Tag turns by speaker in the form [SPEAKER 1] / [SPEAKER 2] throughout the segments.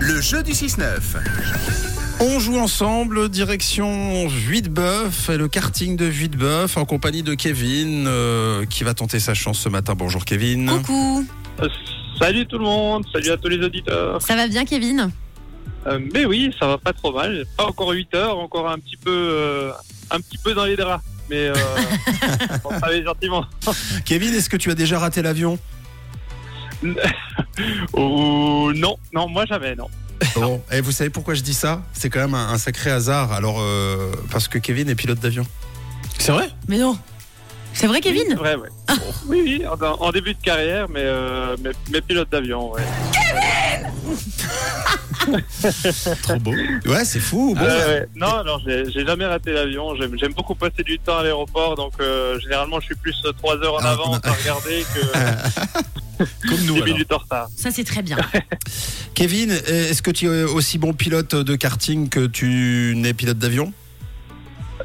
[SPEAKER 1] Le jeu du 6-9.
[SPEAKER 2] On joue ensemble, direction Vuitbeuf et le karting de Vuitbeuf en compagnie de Kevin euh, qui va tenter sa chance ce matin. Bonjour Kevin.
[SPEAKER 3] Coucou,
[SPEAKER 4] Euh, Salut tout le monde, salut à tous les auditeurs.
[SPEAKER 3] ça va bien Kevin
[SPEAKER 4] Euh, mais oui, ça va pas trop mal. Pas encore 8 heures, encore un petit peu, euh, un petit peu dans les draps. Mais euh, on travaille gentiment.
[SPEAKER 2] Kevin, est-ce que tu as déjà raté l'avion
[SPEAKER 4] Oh, non, non, moi jamais, non.
[SPEAKER 2] Bon, et Eh, vous savez pourquoi je dis ça C'est quand même un, un sacré hasard. Alors euh, parce que Kevin est pilote d'avion. C'est vrai
[SPEAKER 3] Mais non C'est vrai
[SPEAKER 4] Oui,
[SPEAKER 3] Kevin
[SPEAKER 4] vrai, ouais. Oui, oui, en, en début de carrière, mais, euh, mais, mais pilote d'avion, ouais.
[SPEAKER 2] Trop beau. Ah Ouais, c'est fou. Bon,
[SPEAKER 4] Ouais, Euh, ouais. Non, alors j'ai j'ai jamais raté l'avion. J'aime j'aime beaucoup passer du temps à l'aéroport, donc euh, généralement je suis plus 3 heures en
[SPEAKER 2] Ah,
[SPEAKER 4] avance à regarder que
[SPEAKER 2] comme
[SPEAKER 4] 10
[SPEAKER 2] nous. alors.
[SPEAKER 4] minutes en retard.
[SPEAKER 3] Ça c'est très bien.
[SPEAKER 2] Kevin, est-ce que tu es aussi bon pilote de karting que tu n'es pilote d'avion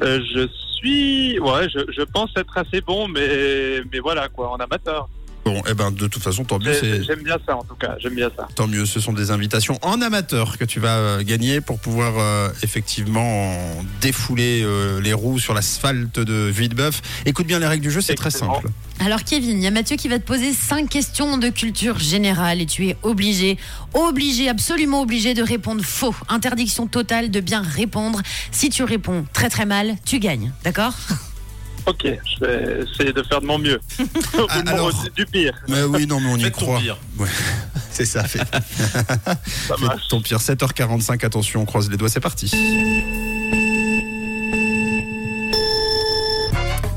[SPEAKER 4] Euh, je suis, ouais, je, je pense être assez bon, mais, mais voilà quoi, en amateur.
[SPEAKER 2] Bon, eh ben de toute façon, tant mieux. c'est-
[SPEAKER 4] J'ai- J'aime bien ça en tout cas, j'aime bien ça.
[SPEAKER 2] Tant mieux, ce sont des invitations en amateur que tu vas euh, gagner pour pouvoir euh, effectivement défouler euh, les roues sur l'asphalte de Villebeuf. Écoute bien les règles du jeu, c'est très
[SPEAKER 4] Excellent.
[SPEAKER 2] simple.
[SPEAKER 3] Alors Kevin, il y a Mathieu qui va te poser 5 questions de culture générale et tu es obligé, obligé, absolument obligé de répondre faux. Interdiction totale de bien répondre. Si tu réponds très très mal, tu gagnes, d'accord
[SPEAKER 4] Ok, je vais essayer de faire de mon mieux. Au bout de mon-
[SPEAKER 2] Alors-
[SPEAKER 4] du pire,
[SPEAKER 2] Mais oui, non, mais on y
[SPEAKER 5] Faites ton
[SPEAKER 2] croit.
[SPEAKER 5] pire.
[SPEAKER 2] C'est ça, fait.
[SPEAKER 4] ça
[SPEAKER 2] Faites
[SPEAKER 4] marche.
[SPEAKER 2] ton pire. 7h45, attention, on croise les doigts, c'est parti.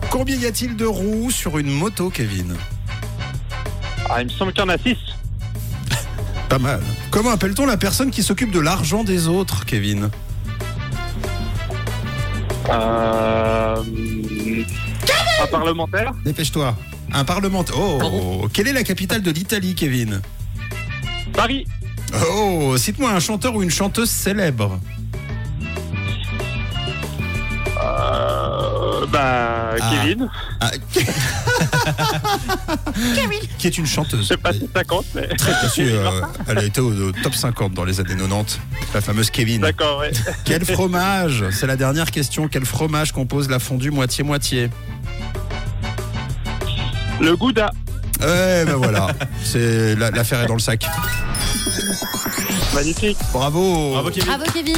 [SPEAKER 2] Combien y a-t-il de roues sur une moto, Kevin
[SPEAKER 4] Ah, il me semble qu'il y en a 6.
[SPEAKER 2] Pas mal. Comment appelle-t-on la personne qui s'occupe de l'argent des autres, Kevin
[SPEAKER 4] Euh, Un parlementaire
[SPEAKER 2] Dépêche-toi. Un parlementaire. Oh, quelle est la capitale de l'Italie, Kevin
[SPEAKER 4] Paris
[SPEAKER 2] Oh, cite-moi un chanteur ou une chanteuse célèbre.
[SPEAKER 4] euh, Bah,
[SPEAKER 2] Ah.
[SPEAKER 4] Kevin.
[SPEAKER 2] Ah, qui est une chanteuse.
[SPEAKER 4] Je sais pas si ça compte, mais.
[SPEAKER 2] Très connue, euh, elle a été au, au top 50 dans les années 90. La fameuse Kevin.
[SPEAKER 4] D'accord, ouais.
[SPEAKER 2] Quel fromage C'est la dernière question. Quel fromage compose la fondue moitié-moitié
[SPEAKER 4] Le Gouda.
[SPEAKER 2] Eh ben voilà, c'est la- l'affaire est dans le sac.
[SPEAKER 4] Magnifique.
[SPEAKER 2] Bravo.
[SPEAKER 5] Bravo Kevin.
[SPEAKER 3] Bravo Kevin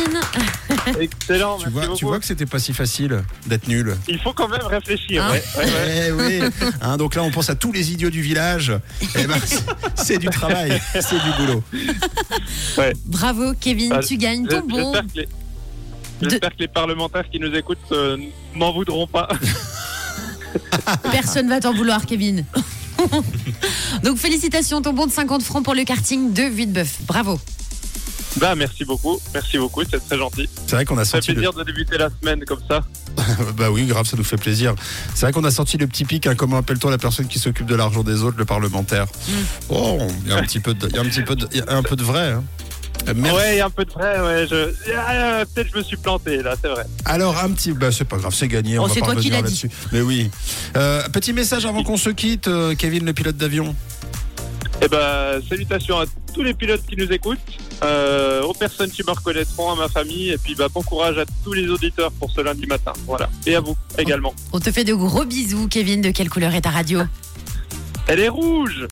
[SPEAKER 4] Excellent.
[SPEAKER 2] Tu
[SPEAKER 4] merci
[SPEAKER 2] vois,
[SPEAKER 4] beaucoup.
[SPEAKER 2] tu vois que c'était pas si facile d'être nul.
[SPEAKER 4] Il faut quand même réfléchir.
[SPEAKER 3] Hein
[SPEAKER 4] ouais. Ouais, ouais.
[SPEAKER 2] Eh oui. Hein, donc là, on pense à tous les idiots du village. Eh ben, c'est- c'est du travail, c'est du boulot.
[SPEAKER 3] Bravo Kevin,
[SPEAKER 4] Ah,
[SPEAKER 3] tu gagnes ton
[SPEAKER 4] J'espère
[SPEAKER 3] bon.
[SPEAKER 4] que, les... j'espère que les parlementaires qui nous écoutent euh, m'en voudront pas.
[SPEAKER 3] Personne va t'en vouloir, Kevin. Donc félicitations, ton bon de 50 francs pour le karting de Vuitbeuf. Bravo.
[SPEAKER 4] Bah merci beaucoup, merci beaucoup, c'est très gentil.
[SPEAKER 2] C'est vrai qu'on a
[SPEAKER 4] Ça
[SPEAKER 2] senti
[SPEAKER 4] fait
[SPEAKER 2] le...
[SPEAKER 4] plaisir de débuter la semaine comme ça.
[SPEAKER 2] bah oui, grave, ça nous fait plaisir. C'est vrai qu'on a senti le petit pic. hein, comment appelle-t-on la personne qui s'occupe de l'argent des autres, le parlementaire
[SPEAKER 3] Mm.
[SPEAKER 2] Oh, il y a un petit peu, de, il y a un petit peu, de, il y a un peu de vrai. hein. Euh, merci.
[SPEAKER 4] Ouais, il y a un peu de vrai, ouais. Je... Ah, euh, Peut-être je me suis planté là, c'est vrai.
[SPEAKER 2] Alors un petit, bah c'est pas grave, c'est gagné.
[SPEAKER 3] Oh,
[SPEAKER 2] on va
[SPEAKER 3] c'est
[SPEAKER 2] pas
[SPEAKER 3] toi qui
[SPEAKER 2] revenir
[SPEAKER 3] l'as
[SPEAKER 2] là-dessus. Mais oui. Euh, petit message avant qu'on se quitte, euh, Kevin, le pilote d'avion.
[SPEAKER 4] Et ben salutations à tous les pilotes qui nous écoutent, euh, aux personnes qui me reconnaîtront, à ma famille, et puis bah, bon courage à tous les auditeurs pour ce lundi matin. Voilà. Et à vous également.
[SPEAKER 3] On te fait de gros bisous, Kevin. De quelle couleur est ta radio
[SPEAKER 4] Elle est rouge